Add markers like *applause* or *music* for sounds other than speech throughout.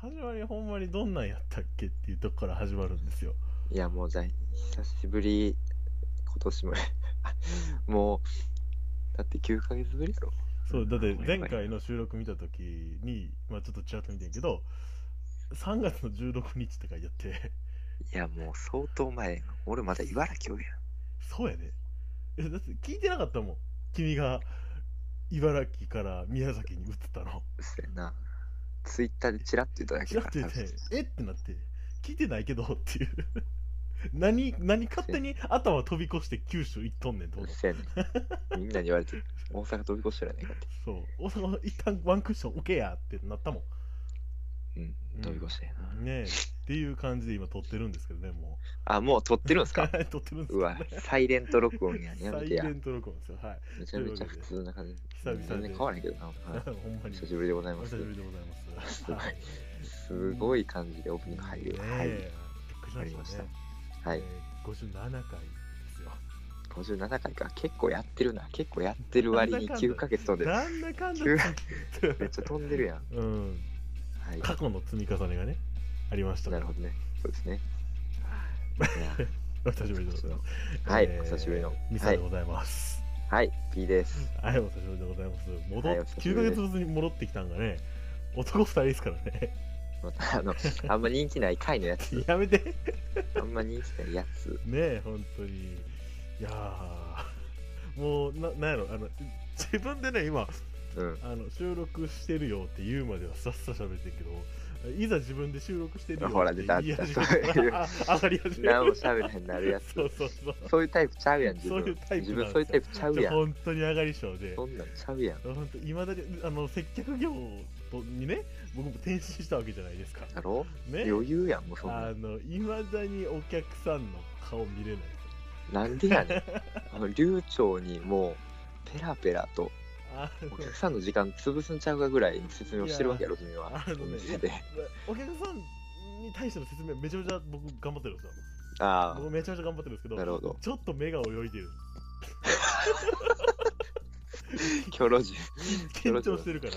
始まりほんまにどんなんやったっけっていうとこから始まるんですよいや、もう在、久しぶり、今年も、 *laughs* もう、だって9ヶ月ぶりやろ。そうだって前回の収録見た時にまあちょっとちらっと見てんけど3月の16日って書いてあっていや、もう相当前、俺まだ茨城おるやん。そうやでえだって聞いてなかったもん君が茨城から宮崎に移ったのうっせえな。ツイッターでチラッと言っただけ知らだんかって言ら。って多分えってなって聞いてないけどっていう *laughs* 何何勝手に頭飛び越して九州行っとんねんってうこっとせえな。みんなに言われてる、大阪飛び越してるやないかって。そう大阪一旦ワンクッション置けやってなったもんうん、飛び越してやな。ねえっていう感じで今撮ってるんですけどねもあ、もう撮ってるんすう *laughs* か撮ってるんですうわ、サイレント録音やん。やサめイてレや。ント録音ですよはいめちゃめちゃ普通な感じ。久々で全然変わらへんけどな。はいほんまに久しぶりでございおま久すし。ぶりでございますすごいはい、すごい感じでオープニング入る。ねはい。えびっくりしましたねはい。えー57回ですよ57回か。結構やってるな。結構やってる割に9ヶ月飛んでる。なんだかんだ急めっちゃ飛んでるや *laughs* ん。うんはい。過去の積み重ねがねありましたかならるほどね。そうですね。いやお久しぶりでございますはいえーお久しぶりのミサでございますはい、P です。はい、お久しぶりでございます戻はっいお久し9ぶヶりです月ぶりに戻ってきたんがね男2人ですからね *laughs* また、あの、あんま人気ない回のやつ。やめてあんま人気ないやつ。ねえ本当にいやー *laughs* もうななんやろあの自分でね今うん。あの収録してるよって言うまではさっさ喋ってるけどいざ自分で収録してるよほらって出た言い始め出たそういうああ *laughs* 上がり始め何もる喋らへんなるやつ。そうそうそうそういうタイプちゃうやん、自そういう分。タイプなんです自分そういうタイプちゃうやん。本当に上がり症でそんなんちゃうやん。本当いまだにあの接客業とにね僕も転身したわけじゃないですかだろね余裕やん、もうそんなあん。のいまだにお客さんの顔見れないですなんでやねん。あの、流暢にもう、ペラペラと、あのお客さんの時間潰すんちゃうかぐらい説明をしてるわけやろ、君はあ。のおね店で。お客さんに対しての説明めちゃめちゃ僕頑張ってるんですよあ僕めちゃめちゃ頑張ってるんですけあ、どなるほど。ちょっと目が泳いでるキョロジュ。緊張してるから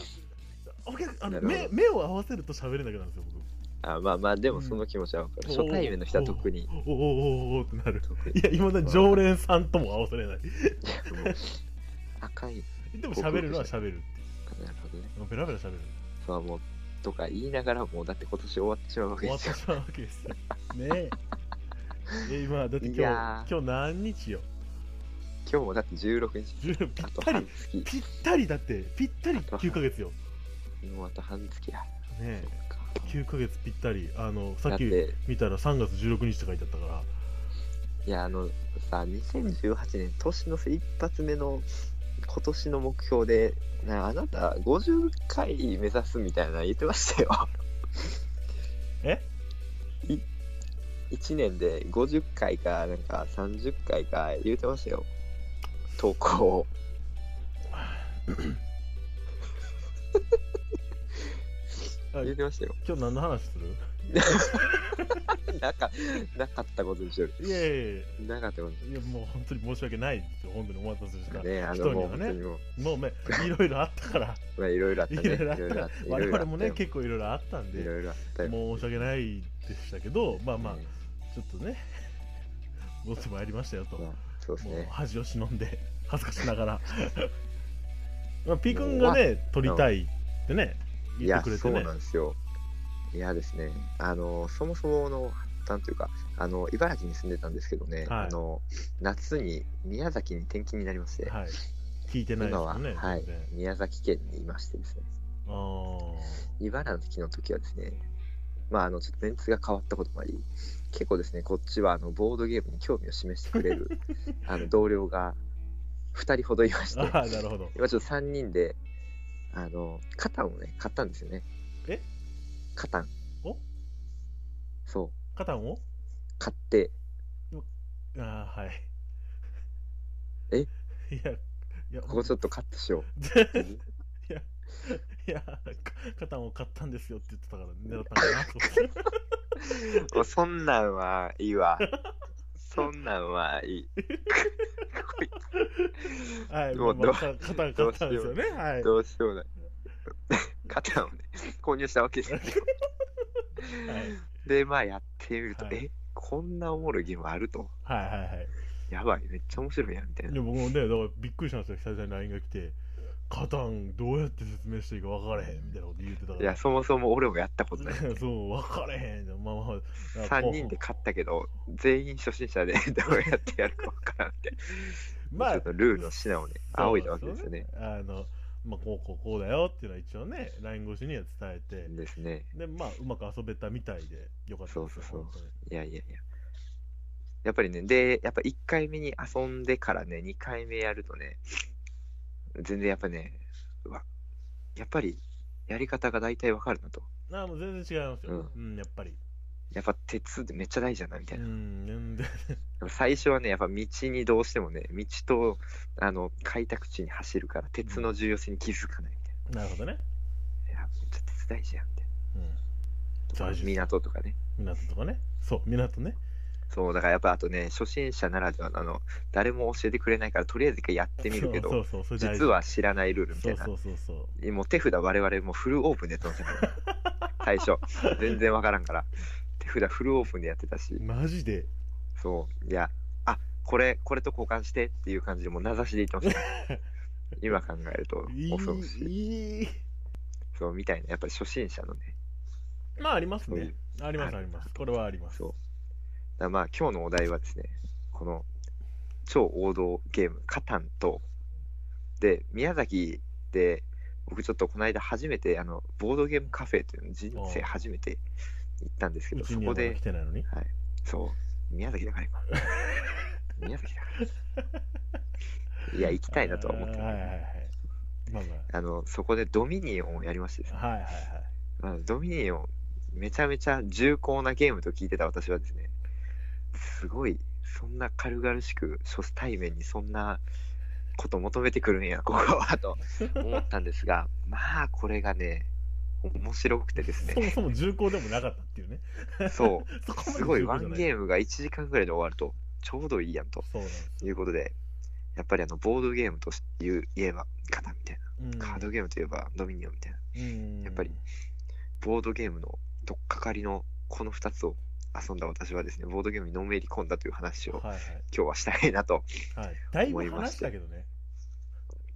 お客あなのるほど目目を合わせると喋れなくなるんですよあまあまあ、でもその気持ちはわかる。僕初対面の人は特に。おおおおおってなる特にいやいまだに常連さんとも合わせれないもうあかんよ。でも喋るのは喋るっていなるほどね。うペラペラ喋るそうもう、とか言いながらもう、だって今年終わってしまうわけ終わでってすよ。しまうわけですよねええ今だって今日いやー今日何日よ今日もだって16日。 10ぴっあとたり半月。ぴったりだってぴったり9ヶ月よもうあと半月や。ねえそっか9ヶ月ぴったりあのさだっっきて、見たら3月16日って書いてあったからいや、あのさ、2018年、年の一発目の今年の目標で、なあなた50回目指すみたいなの言ってましたよ。 *laughs* え1年で50回か、なんか30回か言ってましたよ。投稿を。あ言ってましたよ。今日何の話するなかなかったことにしよいやいやいる。なかったことにしやいやもう本当に申し訳ないですよ本当にお待たせしたよる。ね、あ人の、にもうは本ね当にもう、もうねいろいろあったからまあ、いろいろあったい *laughs* ろね。いろあったからいろい我ろあっ々たもねよ結構いろいろあったんいでろいろあったよ。申し訳ないでしたけどまあまあねちょっ *laughs* とね戻ってまいりましたよとまあそうですもうね。恥を忍んで恥ずかしなが *laughs* らまあ P 君がね撮りたいってねい言っや、てくれそてうねなんですよ。いやですね、あの、そもそもの発端というか、あの、茨城に住んでたんですけどね、はいあの、夏に宮崎に転勤になりまして、はい聞いてないです今よは、ねはい全然、宮崎県にいましてですね、あー茨城の時はですね、まあ、あの、ちょっとメンツが変わったこともあり、結構ですね、こっちは、あの、ボードゲームに興味を示してくれ *laughs* る、あの、同僚が2人ほどいまして、あーなるほど今ちょっと3人で、あの、カタンをね、買ったんですよね。えカタン。おそう、カタンを買って、ああはいえいやいやここちょっとカットしよう。いや *laughs* いやかカタンを買ったんですよって言ってたから狙ったんかなと思って *laughs* もうそんなんはいいわ。そんなんは *laughs* いい。こいはいもうまあどうカタン買ったんですよねはついどうしようもない。カタンをね、購入したわけですよ。はいで、まあやってみると、はいえ、こんなおもろいゲームあると。はいはいはいやばい、めっちゃ面白いやん、みたいいな。や僕もねだからびっくりしたんですよ久々に LINE が来て「カタンどうやって説明していいか分からへん」みたいなこと言うてたかいらや、そもそも俺もやったことない。 *laughs* そう分からへんまあまあなんかこ3う人で勝ったけど、全員初心者で *laughs* どうやってやるかわからんって。まちょあっとルールの品をね、仰いだわけですよね。あのまあこうこうこうだよっていうのは一応ね LINE 越しには伝えですね。てでまあうまく遊べたみたいでよかったですそうそうそう本当にいやいやいや。やっぱりね、で、やっぱ1回目に遊んでからね、2回目やるとね、全然やっぱね、うわ、やっぱりやり方が大体わかるなと。あもう全然違いますよ、うんやっぱりやっぱ鉄ってめっちゃ大事だな、みたういな。ん全然 *laughs* 最初はね、やっぱ道にどうしてもね、道とあの開拓地に走るから、鉄の重要性に気づかないみたいなるほどね、な。いや、めっちゃ鉄大事やん、みたいうん、な。大事港とかね。港とかねそう港ねそう、だからやっぱあとね、初心者ならではの、あの、誰も教えてくれないから、とりあえず一回やってみるけそど、うそうそうそれ大事実は知らないルールみたいなそ。うそうそうそうもう手札我々もうフルオープンでやってました *laughs* から、最初。全然わからんから。手札フルオープンでやってたし、マジでそう、いや、あこれ、これと交換してっていう感じで、もう名指しで言ってました。 *laughs* 今考えるといい恐ろしい。いいそう、みたいな、やっぱり初心者のね、まあありますそういねう。ありますはあいりますこれはありますそう。だからまあ、今日のお題はですね、この、超王道ゲーム、カタンと、で、宮崎で、僕ちょっとこの間初めて、あの、ボードゲームカフェというの人生初めて行ったんですけうど、ちそにはこまだで来、てないのにそう、宮崎だ *laughs* から今。宮崎だから。いや、行きたいなとは思ってあーはいはいはる。いまああの、そこでドミニオンをやりましてですねまあはいはいまあ、ドミニオン、めちゃめちゃ重厚なゲームと聞いてた私はですね、すごい、そんな軽々しく初対面にそんなこと求めてくるんや、ここは、と思ったんですが、 *laughs* まあ、これがね、面白くてですはいそもね、そも重厚でもなかったっていうねそこそう、まですごい、重ワ厚じゃンないゲームが1時間ぐらいで終わると、ちょうどいいやん、とそうなんですいうことで、やっぱりあの、ボードゲームという言えば、型みたいな、うんカードゲームといえば、ドミニオンみたいな。うんやっぱりボードゲームの取っかかりのこの2つを遊んだ私はですね、ボードゲームにのめり込んだという話をはい今日はしたいなと、はいはいだい思ぶいま話ししたたけどね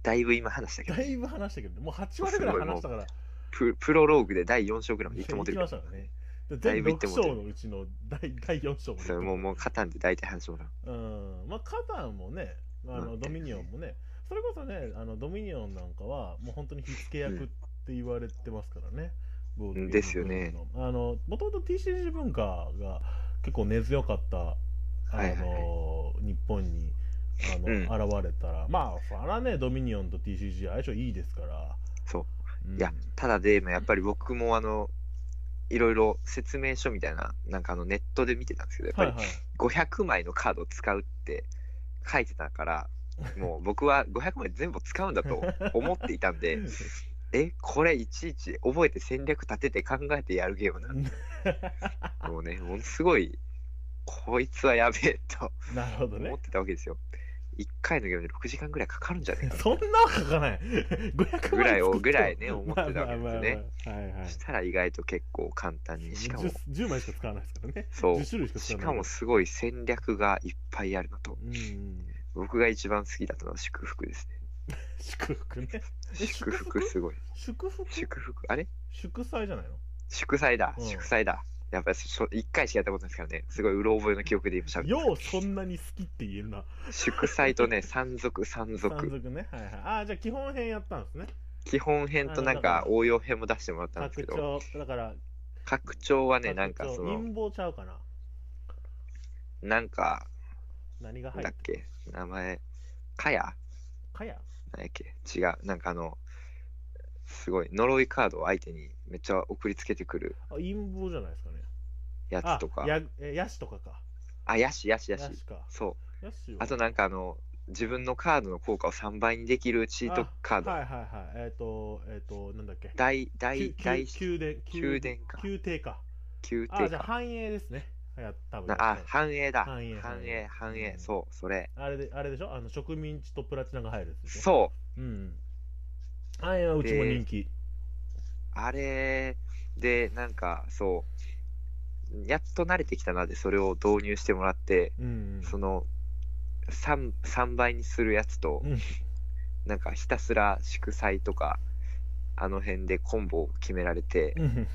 だいぶ今話したけどだ、いぶ話したけどもう8割ぐらい話したからププロローグで第4章ぐらいまでいっても行ってきるまけしたどからねでだい全ぶ行って6もうてる章のうちの第第4章までそれもう、もう、カタンで大体話してもらう。うんまあカタンもねあうのんドミニオンもねそれこそねあのドミニオンなんかはもう本当に火付け役って言われてますからね、ボードゲームですよねブームのあのもともと TCG 文化が結構根強かったあの、はいはいは日本にあの、現れたらまあそらねドミニオンと TCG 相性いいですから、そうんいや、ただで、まあやっぱり僕もあの、いろいろ説明書みたいな、なんかあのネットで見てたんですけど、やっぱはいりはい500枚のカードを使うって書いてたから、もう僕は500枚全部使うんだと思っていた *laughs* んで、え、これいちいち覚えて戦略立てて考えてやるゲームな *laughs* んだ。もうね、ものすごい、こいつはやべえとなるほど思ねってたわけですよ。1回のゲームで6時間ぐらいかかるんじゃないか *laughs* そんなは書かない500ぐらいを作ってぐらいね思ってたわけですよねまあまあまあまあはいはな。いしたら意外と結構簡単に、しかも 10, 、10枚しか使わないですからねそう10、種類しか使しわないかもすごい戦略がいっぱいあるなと。うん僕が一番好きだったのは祝福ですね。祝福 *laughs* ねえ祝福すごい。祝福祝福、あれ祝祭じゃないの祝祭だ、うん祝祭だ。やっぱり1回しかやったことないですからね、すごいうろ覚えの記憶で今しゃべようそんなに好きって言えるな祝祭とね、山賊、山山賊。賊ねはいはいああじゃあ基本編やったんですね基本編となんか応用編も出してもらったんですけ拡ど、張だから拡張はね、なん拡か張その、陰謀ちゃうかななんか、何がなん入だっってけ、名前、かやかやなんやっけ違う、なんかあの、すごい、呪いカードを相手にめっちゃ送りつけてくるあ陰謀じゃないですかねやあつとか、やえヤシとかかあ、やし、やし、やヤし。シかそヤシう。はあとなんかあの、自分のカードの効果を3倍にできるチートカードあ。はいはいはいえっ、とえっ、となんだっけ大、宮大、大、宮殿宮殿か宮廷か宮あ廷じゃあか。繁栄ですねや多分なあ、繁栄だ。繁繁栄栄、繁繁栄栄、繁栄うんそう、それ。あれで、あれでしょあの、植民地とプラチナが入るやつでしょそう。う。ん。あれはうちも人気。あれで、なんかそう、やっと慣れてきたなで、それを導入してもらって、うんその 3, 3倍にするやつと、うんなんかひたすら祝祭とか、あの辺でコンボを決められて、うん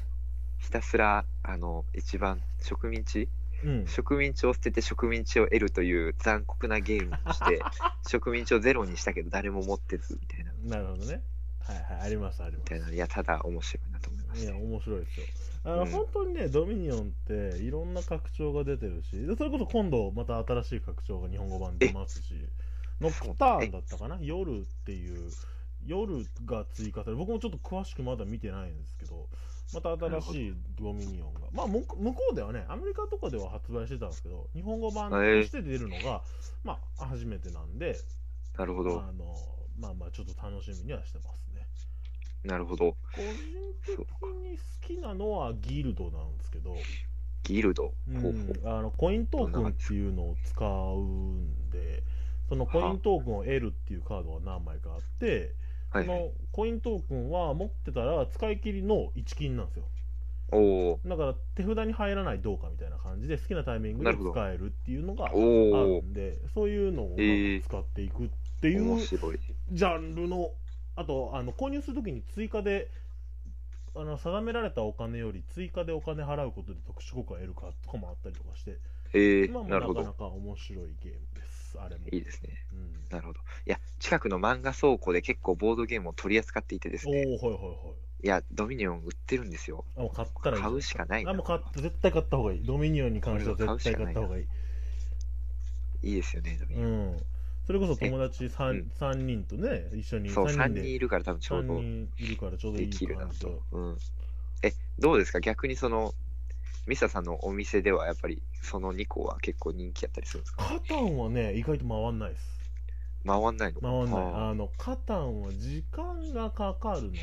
ひたすらあの一番植民地うん植民地を捨てて植民地を得るという残酷なゲームをして *laughs* 植民地をゼロにしたけど誰も持ってずみたいななるほどねはいはいありますありまみたいなすいやただ面白いなと思いまいし *laughs* やた面白いですよあの、うん本当にねドミニオンっていろんな拡張が出てるしでそれこそ今度また新しい拡張が日本語版出ますしノクターンだったかな夜っていう夜が追加され僕もちょっと詳しくまだ見てないんですけどまた新しいドミニオンがまあ向こう向こうではねアメリカとかでは発売してたんですけど日本語版として出るのが、まあ初めてなんでなるほあどのまあまあちょっと楽しみにはしてますねなるほど個人的に好きなのはギルドなんですけど、ギルドう、ほうんあのコイントークンっていうのを使うんでそのコイントークンを得るっていうカードが何枚かあってほうはいそはいのコイントークンは持ってたら使い切りの1金なんですよおおだから手札に入らないどうかみたいな感じで好きなタイミングなでるほど使えるっていうのがあおるおんでそういうのをえー使っていくっていう面白いジャンルのあとあの購入するときに追加であの定められたお金より追加でお金払うことで特殊効果を得るかとかもあったりとかしてえ今ー、もななるほかどなか面白いゲームですあれもいいですねうん、なるほどいや近くの漫画倉庫で結構ボードゲームを取り扱っていてですおおねはいはいはいいやドミニオン売ってるんですよあもう買ったらいいじゃ買んうしかないなあもう買って絶対買った方がいいドミニオンに関しては絶対買った方がいいいいですよねドミニオうン、んそれこそ友達 3,、うん三人とね一緒にそう3人人いるから多分ちょう3ど人いるからちょうどいでいきるな感じでと。うん、え、どうですか逆にその、ミサさんのお店ではやっぱりその2個は結構人気やったりするんですかカタンはね意外と回んないです回んな回んないのいあーあのカタンは時間がかかるのと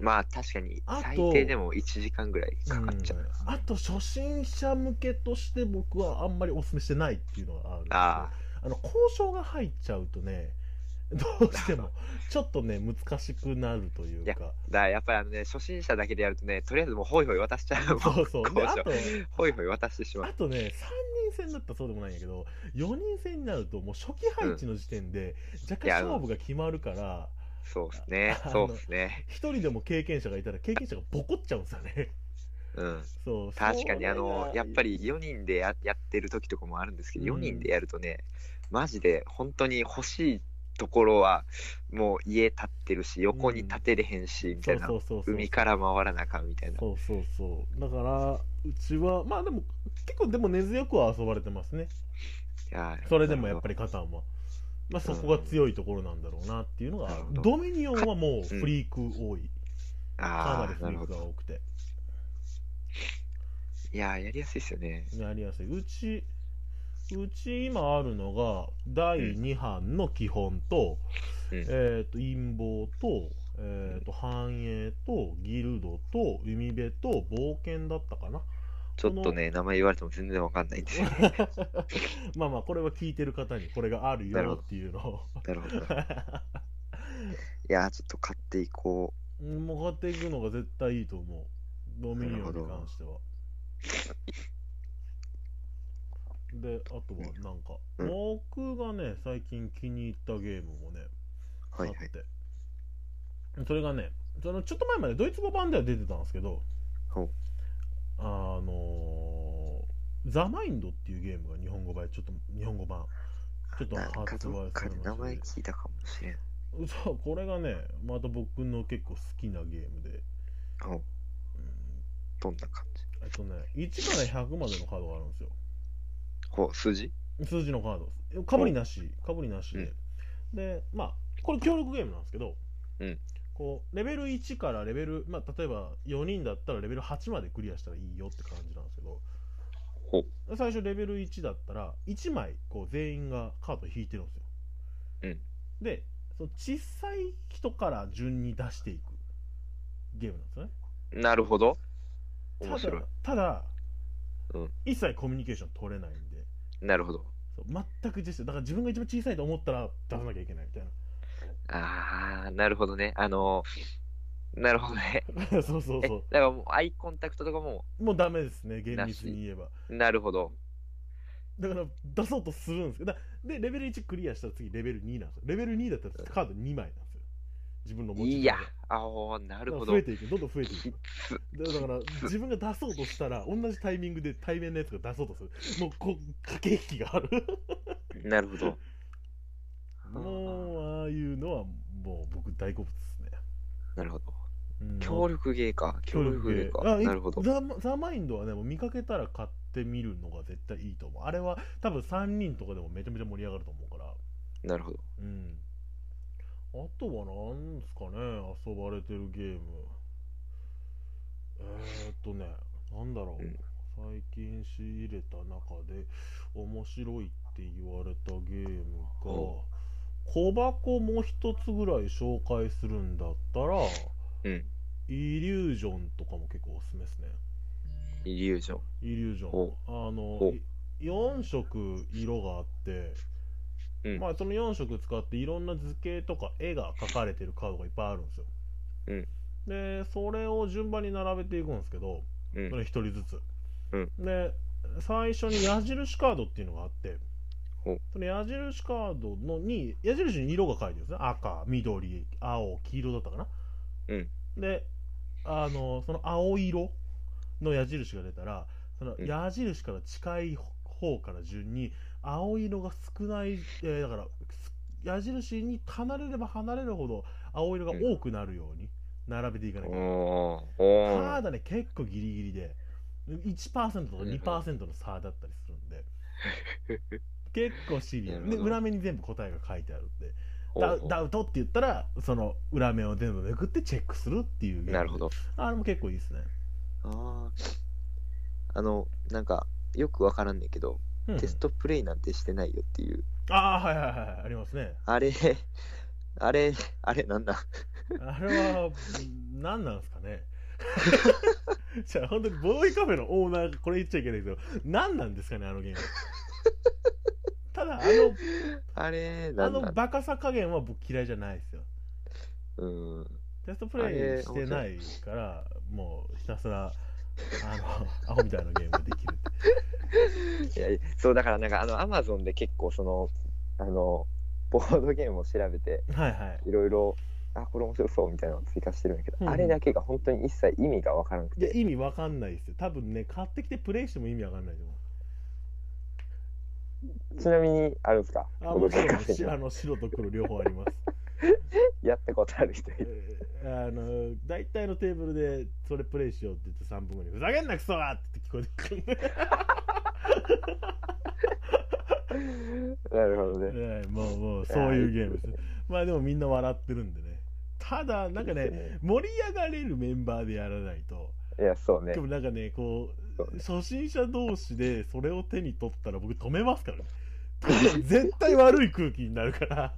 まあ確かにあと最低でも1時間ぐらいかかっちゃう。うんあと初心者向けとして僕はあんまりお勧めしてないっていうのがあるんですよああの交渉が入っちゃうとね *laughs* どうしても *laughs* ちょっとね難しくなるといういやかあ、だからやっぱりあのね、初心者だけでやるとね、とりあえずもうホイホイ渡しちゃ *laughs* *laughs* う。そうそうであ交と渉ホイホイ渡してしまあう。とね3人戦だったらそうでもないんやけど4人戦になるともう初期配置の時点で若いや干勝負が決まるからそうです *laughs* ねあ。のそうですね。 1人でも経験者がいたら経験者がボコっちゃうんですよねうん。そう確かにそあれの、がやっぱり4人でややってる時とかもあるんですけど、う4ん人でやるとね、マジで本当に欲しいところは、もう家建ってるし、横に建てれへんし、みたいなそ、うそうそうそう海から回らなあかんみたいな。そうそうそうだからうちはまあでも結構でも根強くは遊ばれてますねいやーそれでもやっなるぱりカタンは、まあ、そこが強いところなんだろうなっていうのがある、ドミニオンはもうフリーク多い、かなりほどあー、フなリるーほクがど。多くていやー、やりやすいですよね。やりやすいうちうち今あるのが第2版の基本と,、うんえー、と陰謀と,、えー、と繁栄とギルドと海辺と冒険だったかなちょっとね、名前言われても全然わかんないんですよね。まあまあこれは聞いてる方にこれがあるなるほよどっていうのを *laughs* なるほど。いやー、ちょっと買っていこう。もう買っていくのが絶対いいと思うドミニオンに関してはであとはなんか、うん僕がね最近気に入ったゲームもねあっはいてはい。それがねそのちょっと前までドイツ語版では出てたんですけどほうあのーザ・マインドっていうゲームが日本語版ちょっと日本語版ちょっとなん発売かどっかされでましたね名前聞いたかもしれん。そうこれがねまた僕の結構好きなゲームで、ほううんどんな感じえっとね1から100までのカードがあるんですよほう、数字数字のカードかぶりなしかぶりなしで、でまあこれ協力ゲームなんですけど、うんこうレベル1からレベル、まあ、例えば4人だったらレベル8までクリアしたらいいよって感じなんですけどほう。最初レベル1だったら1枚こう全員がカード引いてるんですよ、うんでその小さい人から順に出していくゲームなんですよねなるほど。面た白いだ。ただ、うん一切コミュニケーション取れないんでなるほど。そう全くジェスチャーだから自分が一番小さいと思ったら出さなきゃいけないみたいなああ、なるほどね。あの、なるほどね。 *laughs* そうそうえ、そだからもうアイコンタクトとかも、うもうダメですね厳密に言えばなるほど。だから出そうとするんですけどだでレベル1クリアしたら次レベル2なんですよレベル2だったらカード2枚なんですよ自分の持ちい札やがだか、あおーなるらほ増どえ。ていくどんどん増えていくだだから自分が出そうとしたら同じタイミングで対面のやつが出そうとするもうこう駆け引きがあ *laughs* るなるほど。 *laughs* もうああいうのはもう僕大好物ですね、なるほど。うん協力ゲーか。協力ゲーあか。えなるほど。ザ・ザマインドはね、もう見かけたら買ってみるのが絶対いいと思う。あれは多分3人とかでもめちゃめちゃ盛り上がると思うから。なるほど。うん。あとはなんですかね、遊ばれてるゲーム。えー、っとね、なんだろう。うん最近仕入れた中で面白いって言われたゲームが、お小箱も一つぐらい紹介するんだったら、うんイリュージョンとかも結構おすすめですね。イリュージョン。イリュージョンお。あのお、 4色色があって、うんまあその4色使っていろんな図形とか絵が描かれてるカードがいっぱいあるんですよ。うんで、それを順番に並べていくんですけど、うんそれ1人ずつ。うんで、最初に矢印カードっていうのがあってお、その矢印カードのに、矢印に色が書いてるんですね。赤、緑、青、黄色だったかな。うんで、あの、その青色の矢印が出たら、そのうん矢印から近い方から順に青色が少ない、えーだからす矢印に離れれば離れるほど青色が多くなるように並べていかなきゃいけない、おーたおだね結構ギリギリで1%とか2%の差だったりするんで、結構シビアなでるほど裏面に全部答えが書いてあるんでダウー。ダウトって言ったらその裏面を全部めくってチェックするっていうなるほどど。あれも結構いいですね、あーあの、なんか、よくわからんねんけど、うんテストプレイなんてしてないよっていう。ああはいはいはいはいありますねあれ、 *laughs* あれ、あれなんだ。 *laughs* あれは、何なんですかね。 *laughs* じゃあ、本当にボーイカフェのオーナーがこれ言っちゃいけないけど、何なんですかね、あのゲーム。ただ、あの、あれ、なんあのだ。バカさ加減は僕嫌いじゃないですよ。うん。テストプレイしてないから、もうひたすら、あの、アホみたいなゲームができるって。いやそうだからなんかあのアマゾンで結構そのあのボードゲームを調べてはいはい。いろいろあこれ面白そうみたいなのを追加してるんやけど、うんうんあれだけが本当に一切意味がわからなくいや、て意味わかんないですよ。多分ね、買ってきてプレイしても意味わかんないと思う。ちなみにあるんですかボあ、ードもゲちーろムカんフェし、にあはの、白と黒両方あります。やったことある人いるえーあの大体のテーブルでそれプレイしようって言って3分後に「ふざけんなクソが!」って聞こえて *laughs* くる *laughs* なるほどねえーもうもうそういうゲームですまあでもみんな笑ってるんでねただなんかねね盛り上がれるメンバーでやらないといやそうねでもなんかねこそうう初心者同士でそれを手に取ったら僕止めます *laughs* からね多分絶対悪い空気になるから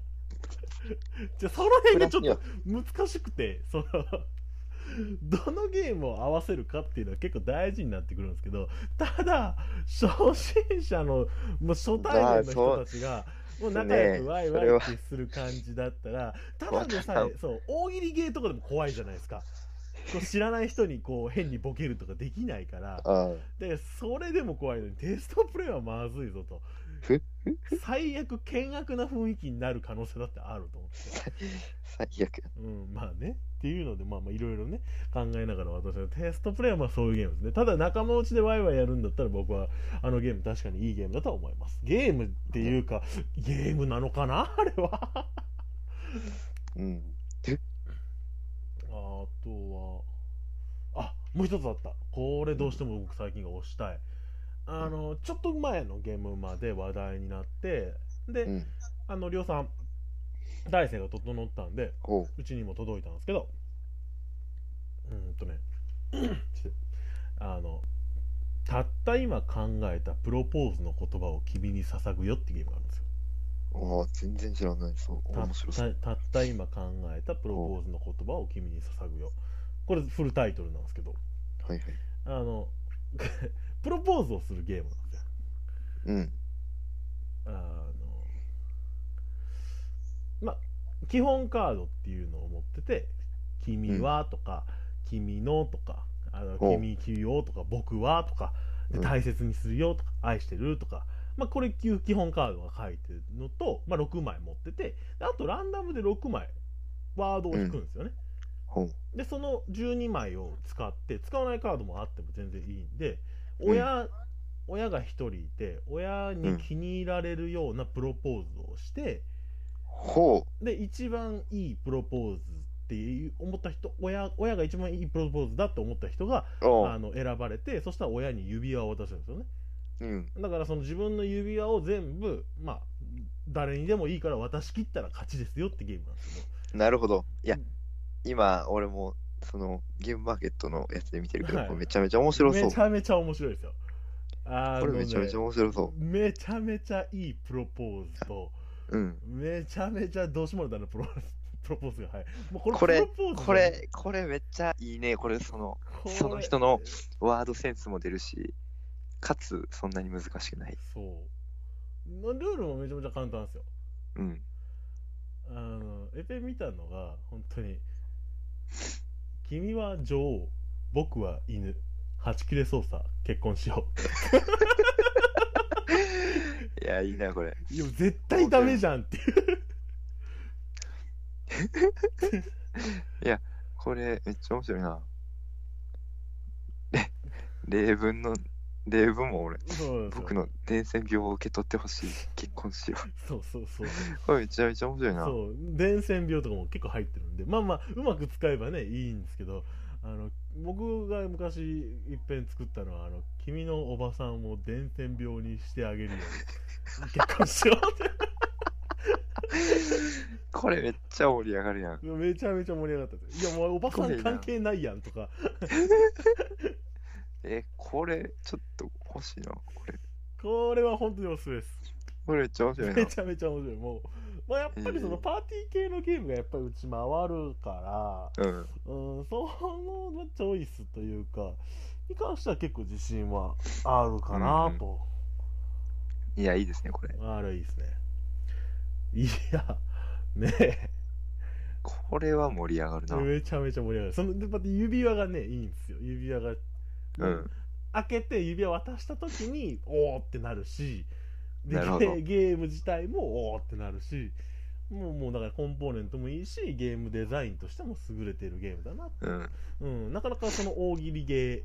じゃあその辺がちょっと難しくてその *laughs* どのゲームを合わせるかっていうのは結構大事になってくるんですけどただ初心者のもう初対面の人たちがもう仲良くワイワイってする感じだったらただでさえそう大喜利ゲーとかでも怖いじゃないですかこう知らない人にこう変にボケるとかできないからあでそれでも怖いのにテストプレイはまずいぞとふ最悪険悪な雰囲気になる可能性だってあると思って。最悪うん、まあね。っていうので、まあまあいろいろね、考えながら私のテストプレイはまあそういうゲームですね。ただ仲間内でワイワイやるんだったら僕はあのゲーム確かにいいゲームだとは思います。ゲームっていうか、ゲームなのかなあ *laughs* れは。あうんとは、あ、もう一つあった。これどうしても僕最近が推したい。あの、ちょっと前のゲームまで話題になって、うで、んあの、量産、大勢が整ったんで、おううちにも届いたんですけどうーんとね *clears throat* あのたった今考えたプロポーズの言葉を君に捧ぐよってゲームがあるんですよおう全然知らないそうた面白そうたたった今考えたプロポーズの言葉を君に捧ぐよこれフルタイトルなんですけどはいはいあの *laughs* プロポーズをするゲームなんですようんあのま基本カードっていうのを持ってて君はとか、君のとか、あのお君、君をとか、僕はとか、でうん大切にするよとか、愛してるとか、まあ、これ基基本カードが書いてるのと、まあ、6枚持ってて、であとランダムで6枚ワードを引くんですよね。ほうで、その12枚を使って、使わないカードもあっても全然いいんで、うん親、親が1人いて、親に気に入られるようなプロポーズをして、ほで一番いいプロポーズっていう思った人親親が一番いいプロポーズだって思った人がうおあうの選ばれてそしたら親に指輪を渡すんですよねうんだからその自分の指輪を全部まあ誰にでもいいから渡し切ったら勝ちですよってゲームなんですけどなるほどいやうん今俺もそのゲームマーケットのやつで見てるけど、はいこれめちゃめちゃ面白そうめちゃめちゃ面白いですよあこのねれめちゃめちゃ面白そめちゃめちゃいいプロポーズとううんめちゃめちゃどうしようもないプロ *laughs* プロポーズがはいもうこれこれプロポーズこれこれめっちゃいいねこれそのこれその人のワードセンスも出るしかつそんなに難しくないそうのルールもめちゃめちゃ簡単ですようんあのエペ見たのが本当に「君は女王僕は犬はち切れ操作結婚しよ *laughs* いやいいなこれう」いや絶対ダメじゃんっていうこれめっちゃ面白いなれ例文の例文も俺そうなんです僕よの伝染病を受け取ってほしい結婚し *laughs* よそうそうそううこれめちゃめちゃ面白いなそう伝染病とかも結構入ってるんでまあまあうまく使えばねいいんですけどあの僕が昔いっぺん作ったのはあの「君のおばさんを伝染病にしてあげるように結婚しよう」ってこれめっちゃ盛り上がるや *laughs* んめちゃめちゃ盛り上がったですいやもうおばさん関係ないやんとかえこれちょっと欲しいなこれこれは本当におすすめですこれめっちゃ面白いめなちゃめちゃ面白いもう、まあ、やっぱりそえのーパーティー系のゲームがやっぱりうち回るから、うんうん、そのまあチョイスというかに関しては結構自信はあるかなと、いやいいですねこれあれいいですねいやねえこれは盛り上がるなめちゃめちゃ盛り上がるそのでまた指輪がねいいんですよ指輪がうん開けて指輪渡した時におーってなるしでなるほゲどゲーム自体もおーってなるしもうもうだからコンポーネントもいいしゲームデザインとしても優れてるゲームだな、うんうん、なかなかその大喜利ゲ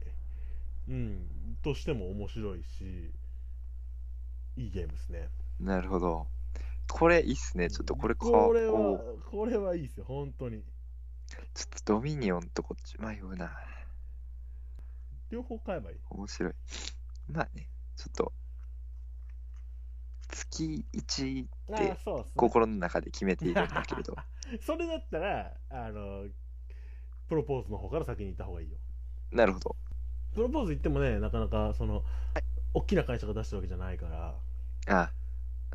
ー、うん、としても面白いしいいゲームですねなるほどこれいいっすねちょっとこれ買おうこれはこれはいいですよ本当にちょっとドミニオンとこっち迷うな。両方買えばいい面白い。まあね、ちょっと、月1あであそうですね心の中で決めているんだけ *laughs* れど。それだったらあのプロポーズの方から先に行った方がいいよなるほど。プロポーズ行ってもねなかなかその大きな会社が出してるわけじゃないからああ、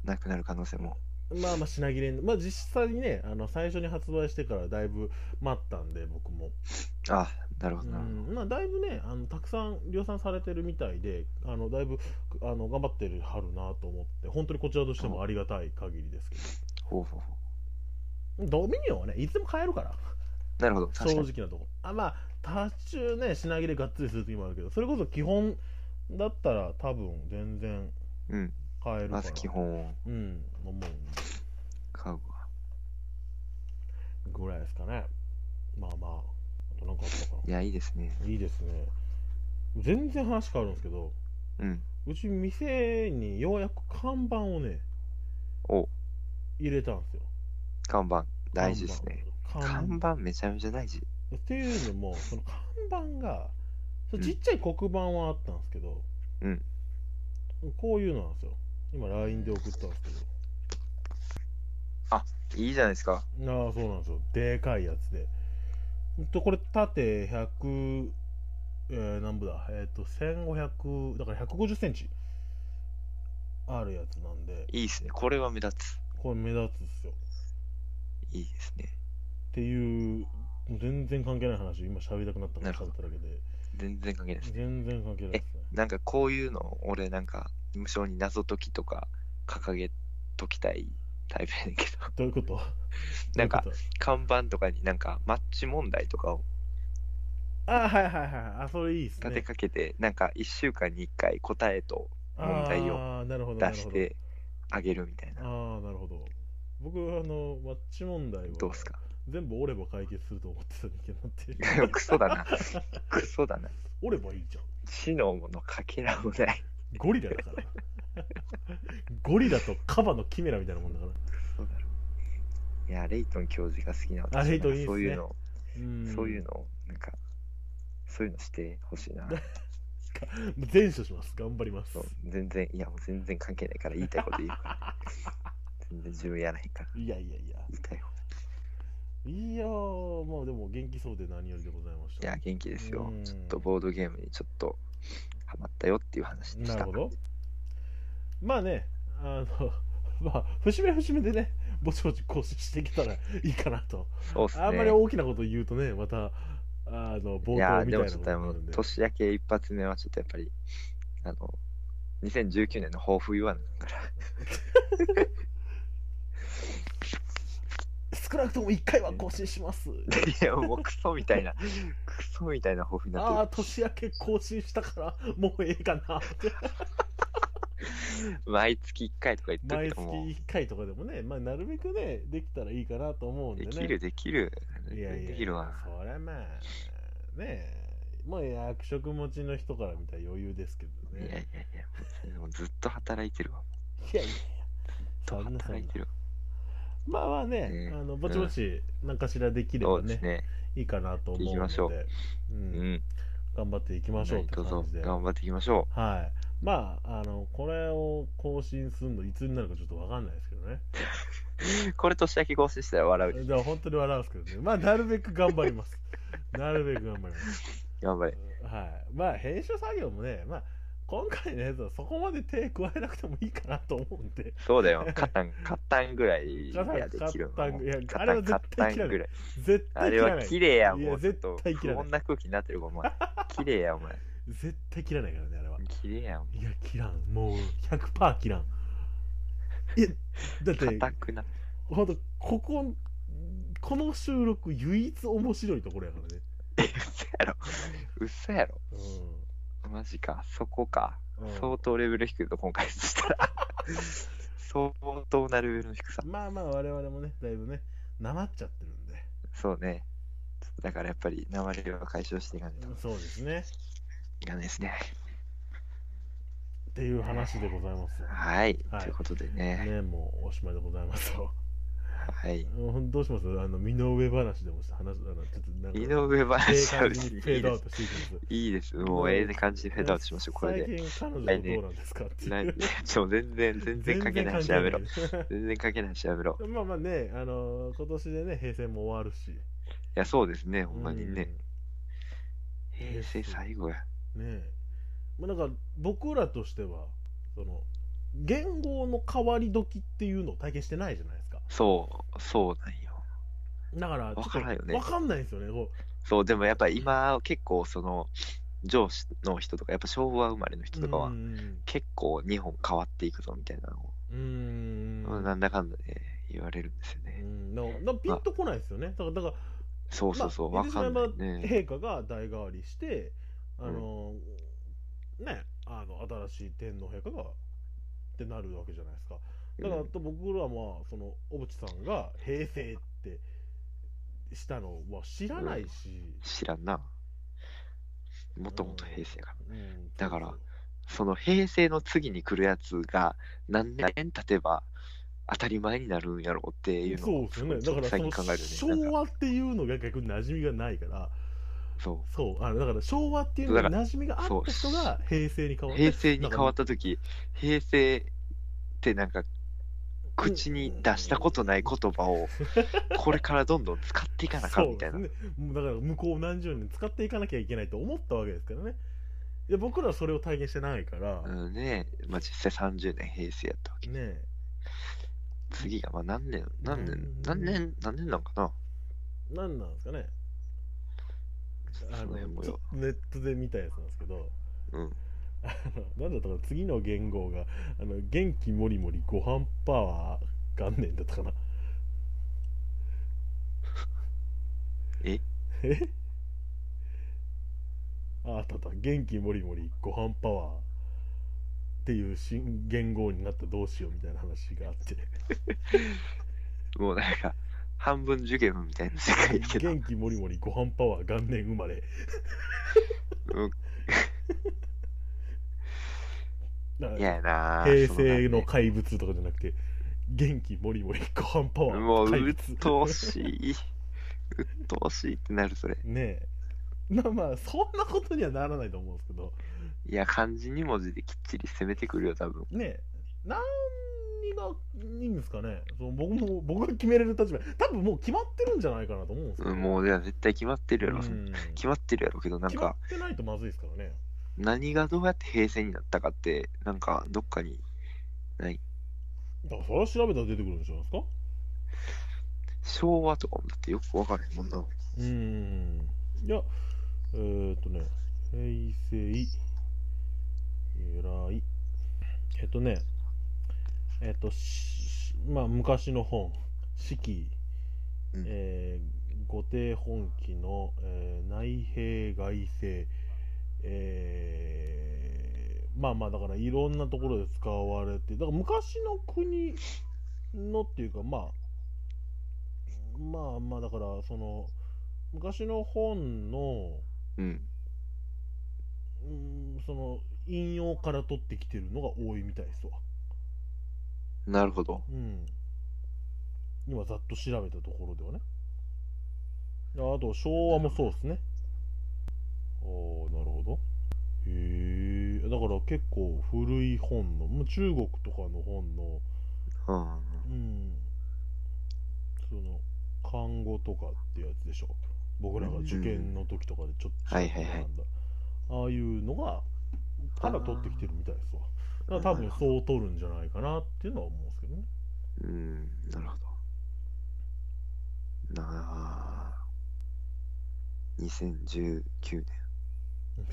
なくなる可能性も。まあまあ品切れにまあ実際にねあの最初に発売してからだいぶ待ったんで僕も、ああ、なるうほどなるほど。ん、まあだいぶねあのたくさん量産されてるみたいであのだいぶあの頑張ってるはるなと思って本当にこちらとしてもありがたい限りですけほうほうほどドミニオンはねいつでも買えるからう。なるほど。確正か直に。なとこあまあ多中ね品切れがっつりする時もあるけどそれこそ基本だったら多分全然うん。買えるからまず基本をうん思うんで買うわ。ぐらいですかねまあまああとなんかあったかいや、いいですね。ないいですね全然話変わるんですけどうん。うち店にようやく看板をねお入れたんですよ看板。大事ですね。看板看看板めちゃめちゃ大事。っていうのもその看板がそううんちっちゃい黒板はあったんですけど、うんこういうのなんですよ今 LINE で送ったんですけいいじゃないですか。どああそうなんですよでかいやつでとこれ縦100、えー、何部だえっ、と1500だから1 5 0センチあるやつなんでいいですね。これは目立つ。これ目立つっすよいいですね。っていうもう全然関係ない話今喋りたくなったから喋っただけで全然関係ないです。全然関係ないですねなんかこういうの俺なんか無償に謎解きとか掲げときたいタイプやね *laughs* んけど、どういうことなんかどういうこ看板とかになんかマッチ問題とかをとあはいはいはいはいあそれいいっすね立てかけて、なんか1週間に1回答えと問題をあーなるほどな出るほどしてあげるみたいな。ああなるほど僕はあのマッチ問題はどうっすか *laughs* 全部折れば解決すると思ってたんだけどなっていうクソだな。 *laughs* クソだな。折ればいいじゃん知能のかけらもない。ゴリラだから *laughs* ゴリラとカバのキメラみたいなもんだからそうだろういや、レイトン教授が好きな私あレイトンいいっすねそういうの、うんそういうのを、なんか、そういうのしてほしいな。全処します頑張りますそう全然、いや、もう全然関係ないから言いたいこと言う *laughs* から。全然自分やらへんから。いやいやいや言いたい方いやーまあでも元気そうで何よりでございましいたや、元気ですよう。んちょっとボードゲームにちょっとハマったよっていう話でしなるた。ほどまあねあの *laughs* まあ節目節目でねぼちぼち更新していけたらいいかなとそうっすね。あんまり大きなこと言うとね、また、あの、冒頭いみやたーいでなもこちとょっにとあなのるんで。年明け一発目はちょっとやっぱりあの2019年の抱負言わんから少なくとも1回は更新します。いやもうクソみたいなクソみたいな抱負にあなあ、って年明け更新したから、もうええか *laughs* なって。る毎月1回とか言っとる毎けど月も1回とかでもね、まあ、なるべくね、できたらいいかなと思うんうででね。きるできるいやいやできるわそりゃまあ、ねえ、もう役職持ちの人から見たら余裕ですけどいやいやね。いやもうずっと働いてるわいやいやいや、ずそっんなとそん働いなて。るわまあまあねね、あのぼちぼち、何かしらできればそうでねす、ねいいかなと思うので。行きましょううんん頑張っていきましょうってどう感ぞじで、頑張っていきましょはい、まああのこれを更新するのいつになるかちょっとわかんないですけどねうこれ年明け更新したら笑うじゃあ本当に笑うんですけどねまあなるべく頑張ります *laughs* なるべく頑張ります、頑張れはい、まあ編集作業もね、まあ、今回のやつはそこまで手加えなくてもいいかなと思うんでそう *laughs* だよカタンカタンぐらいカタンやできるカタンいやカあタれはンカ絶タ対ン切らなぐいらい絶あ対切れらはない綺麗やいやもうちょっと絶対切不らない穏な空気になってるかお前綺麗やお前絶対切らないからねあれは綺麗やもいや切らんもう100%切らんいやだっんて硬くなほんとこここの収録唯一面白いところやからね *laughs* 嘘やろ嘘やろマジかそこかうん、うん相当レベル低いと今回したら相当なレベルの低さまあまあ我々もねだいぶねなまっちゃってるんでそうねちょっとだからやっぱり鉛は解消していかないとそうですねいかないですねっていう話でございますはい、はいということでねねもうおしまいでございますよはいうんどうしますあの身の上話でもした話あのちょっとなんか井上ええ話は感じ別ににいフェいードアでウすトしていきますいいですもうええ感じにフェードアウトしましょうこれで最近彼女とどうなんですかっていうないいやちょ全然全然関係ない話やめろ全然関係ない話やめろいろ *laughs* まあまあねあの今年でね平成も終わるしやそうですねほんまにね、うん平成最後やねえ、まあ、なんか僕らとしてはその言語の変わり時っていうのを体験してないじゃないですかそうそうなんよだからちょっとわからんよねわかんないんですよねこうそうでもやっぱ今結構その上司の人とかやっぱ昭和生まれの人とかはうん結構日本変わっていくぞみたいなのを、うんまあなんだかんだで言われるんですようね、んだからだからピンとこないですよねだからだからそうそうそう、まあわかんないね陛下が代替わりしてあの、ねあの新しい天皇陛下がってなるわけじゃないですかだからうんと僕らはその小渕さんが「平成」ってしたのは知らないし、知らんなもともと平成がうんだからその平成の次に来るやつが何年経てば当たり前になるんやろうっていうのそうをですよねだからそ最の近考えるよねなん昭か和っていうのが逆に馴染みがないからそそうあのだから昭和っていうのに馴染みがあった人が平成に変うわって平成に変わった時平成ってなんか口に出したことない言葉 *laughs* をこれからどんどん使っていかなあかんみたいなそうですねもうだから向こう何十年使っていかなきゃいけないと思ったわけですからねいや僕らはそれを体験してないから、うんねえまあ実際30年平成やったわけねえ次がまあ何年何年うん何年何年なんかな何なんですかねあその辺のもちょよっとネットで見たやつなんですけどうんあのなんだったかな次の言語があの元気もりもりご飯パワー元年だったかなええああったあった元気もりもりご飯パワーっていう新元号になったらどうしようみたいな話があってもうなんか、半分受験みたいな世界やけど、元気もりもりご飯パワー元年生まれうんだから嫌やなあ平成の怪物とかじゃなくて元気もりもりご飯パそワうーなんだねもう、怪うっ物とうしい。うっとうしいってなる、それ。ねえまあまあそんなことにはならないと思うんですけどいや、漢字2文字できっちり攻めてくるよ、多分。ねえ何がいいんですかねその僕も僕が決めれる立場多分もう決まってるんじゃないかなと思うんですけど、うん、もう、いや、絶対決まってるやろ。うん決まってるやろうけど、なん決まっか、てないとまずいですからね何がどうやって平成になったかって、なんか、どっかに、ない。だからそれは調べたら出てくるんじゃないですか昭和とかもだってよくわからへんもんな。うーんいや、えーっとね、平成、由来、えっとね、えっと、しまあ、昔の本、四季、うんえー、御帝本紀の、えー内兵外制、えーまあまあ、だからいろんなところで使われて、だから昔の国のっていうか、まあ、まあまあ、だから、その、昔の本の、うん。うーんその引用から取ってきてるのが多いみたいですわ、なるほど。うん、今ざっと調べたところではねああと昭和もそうですねああなるほどへえだから結構古い本のもう中国とかの本のうん。うんその看護とかってやつでしょ僕らが受験の時とかでちょっとはいはいはいんだああいうのがから取ってきてるみたいですわだから多分そう取るんじゃないかなっていうのは思うんですけどねうん、なるほど。なあ。2019年、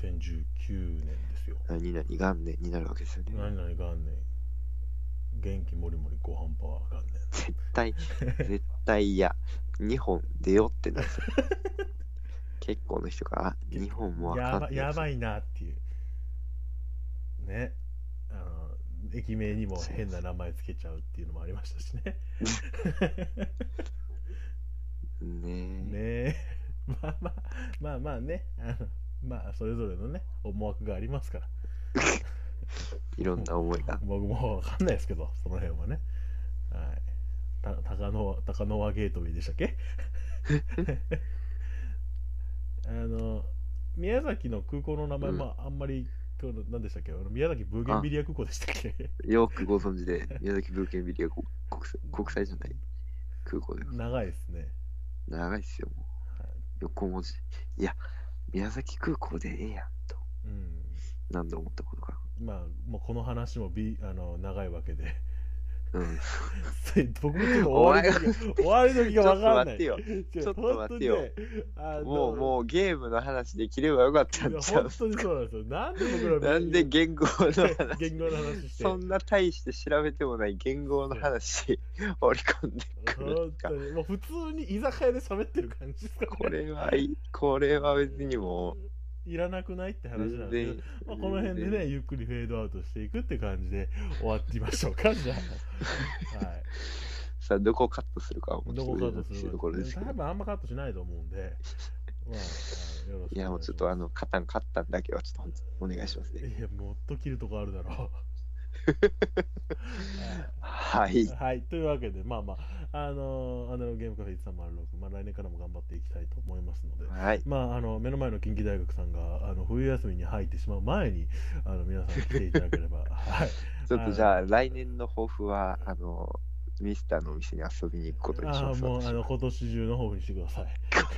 2019年ですよ何々元年になるわけですよね。何々元年元気もりもりご飯パワー元年絶 *laughs* 対、絶対嫌。2本出ようってなる。結構の人 *laughs* が、あ、2本もわやかんばない。やばいなっていうねあの駅名にも変な名前つけちゃうっていうのもありましたしねねえ。ねえ *laughs* まあまあまあまあねあのまあそれぞれのね思惑がありますからいろんな思いが。僕もわかんないですけどその辺はねはいた高輪高輪ゲートウェイでしたっけ *laughs* あの宮崎の空港の名前、うんまああんまりこの何でしたっけあの宮崎ブーゲンビリア空港でしたっけよくご存知で、宮崎ブーケンビリア国国際国際じゃない空港で。 *laughs* 長いですね長いっすよ、も。はいう横文字。いや、宮崎空港でええやんと。うん何度思ったことか。まあもうこの話もびあの長いわけで *laughs* うん。僕もちょっと終わりの時が終わりの時ちょがっわかとん待なっいてよ。違うちょっと待ってよ本当にねあのもう、もうゲームの話できればよかったいんやちゃ本う当にそうなんですよ。なんで僕ら *laughs* なんで言語の言話言語の話して。そんな大して調べてもない言語の話織り込んでくる本ん当か。にもう普通に居酒屋で喋ってる感じですかこれはいい、これは別にもいらなくないってう、話なん全ですけど、、ま然あ、この辺でね、ゆっくりフェードアウトしていくって感じで終わってみましょうか、じゃあ。はい。さあ、どこカットするかはもうちょどっことカ連ット絡してるところですすけるど多。分あんまカットしないと思うんで、まあ、あのよろしくお願しますいや、もうちょっとあの、カタン、カッタンだけはちょっと本当にお願いしますね。いや、もっと切るとこあるだろう。 *laughs* はいはい。はい、というわけで、まあまあ、あのーアナログゲームカフェ1306、まあ、来年からも頑張っていきたいと思いますので、はい。まあ、あの目の前の近畿大学さんがあの冬休みに入ってしまう前に、あの皆さん来ていただけれ *laughs* ば、はい、ちょっとじゃあ、来年の抱負は、あの、ミスターのお店に遊びに行くことにしあまーす。もう私あの今年中の方にしてください。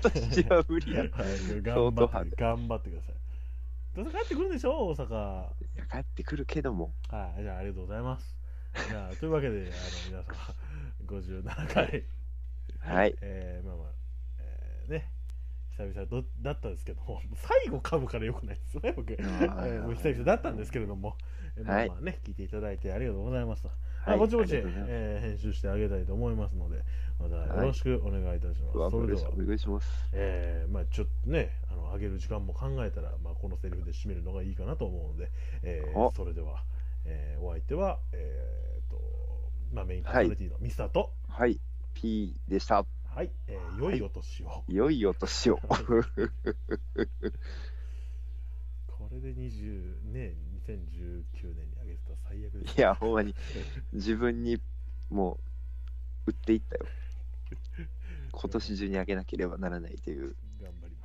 今年は無理や *laughs* はろい。、頑張相当っ派て手頑張ってください。どうせ帰ってくるんでしょ、大阪。いや帰ってくるけども、はい、じゃあありがとうございます。じゃあというわけで、あの皆様、57回。はい。えー、まあまあ、えー、ね、久々どだったんですけども、最後噛むからよくないですね、僕。えーーもう久々だったんですけれども、えーまはあいまあね、聞いていただいてありがとうございます。まあぼちぼち、ありがとうございますえー編集してあげたいと思いますので、またよろしくお願いいたします。ワンそブれルでさはん、お願いします。えーまあ、ちょっとね、あの上げる時間も考えたら、まあ、このセリフで締めるのがいいかなと思うので、えーおそれでは、えーお相手は、えーとまあ、メインパーソナリティのミサと、はい、P でした。はいえー良いお年を、良いお年を。これで20、ね、2019年に上げてたら最悪です、 *laughs* いや、ほんまに、自分にも *laughs* う、売っていったよ。今年中にあげなければならないという。頑張ります。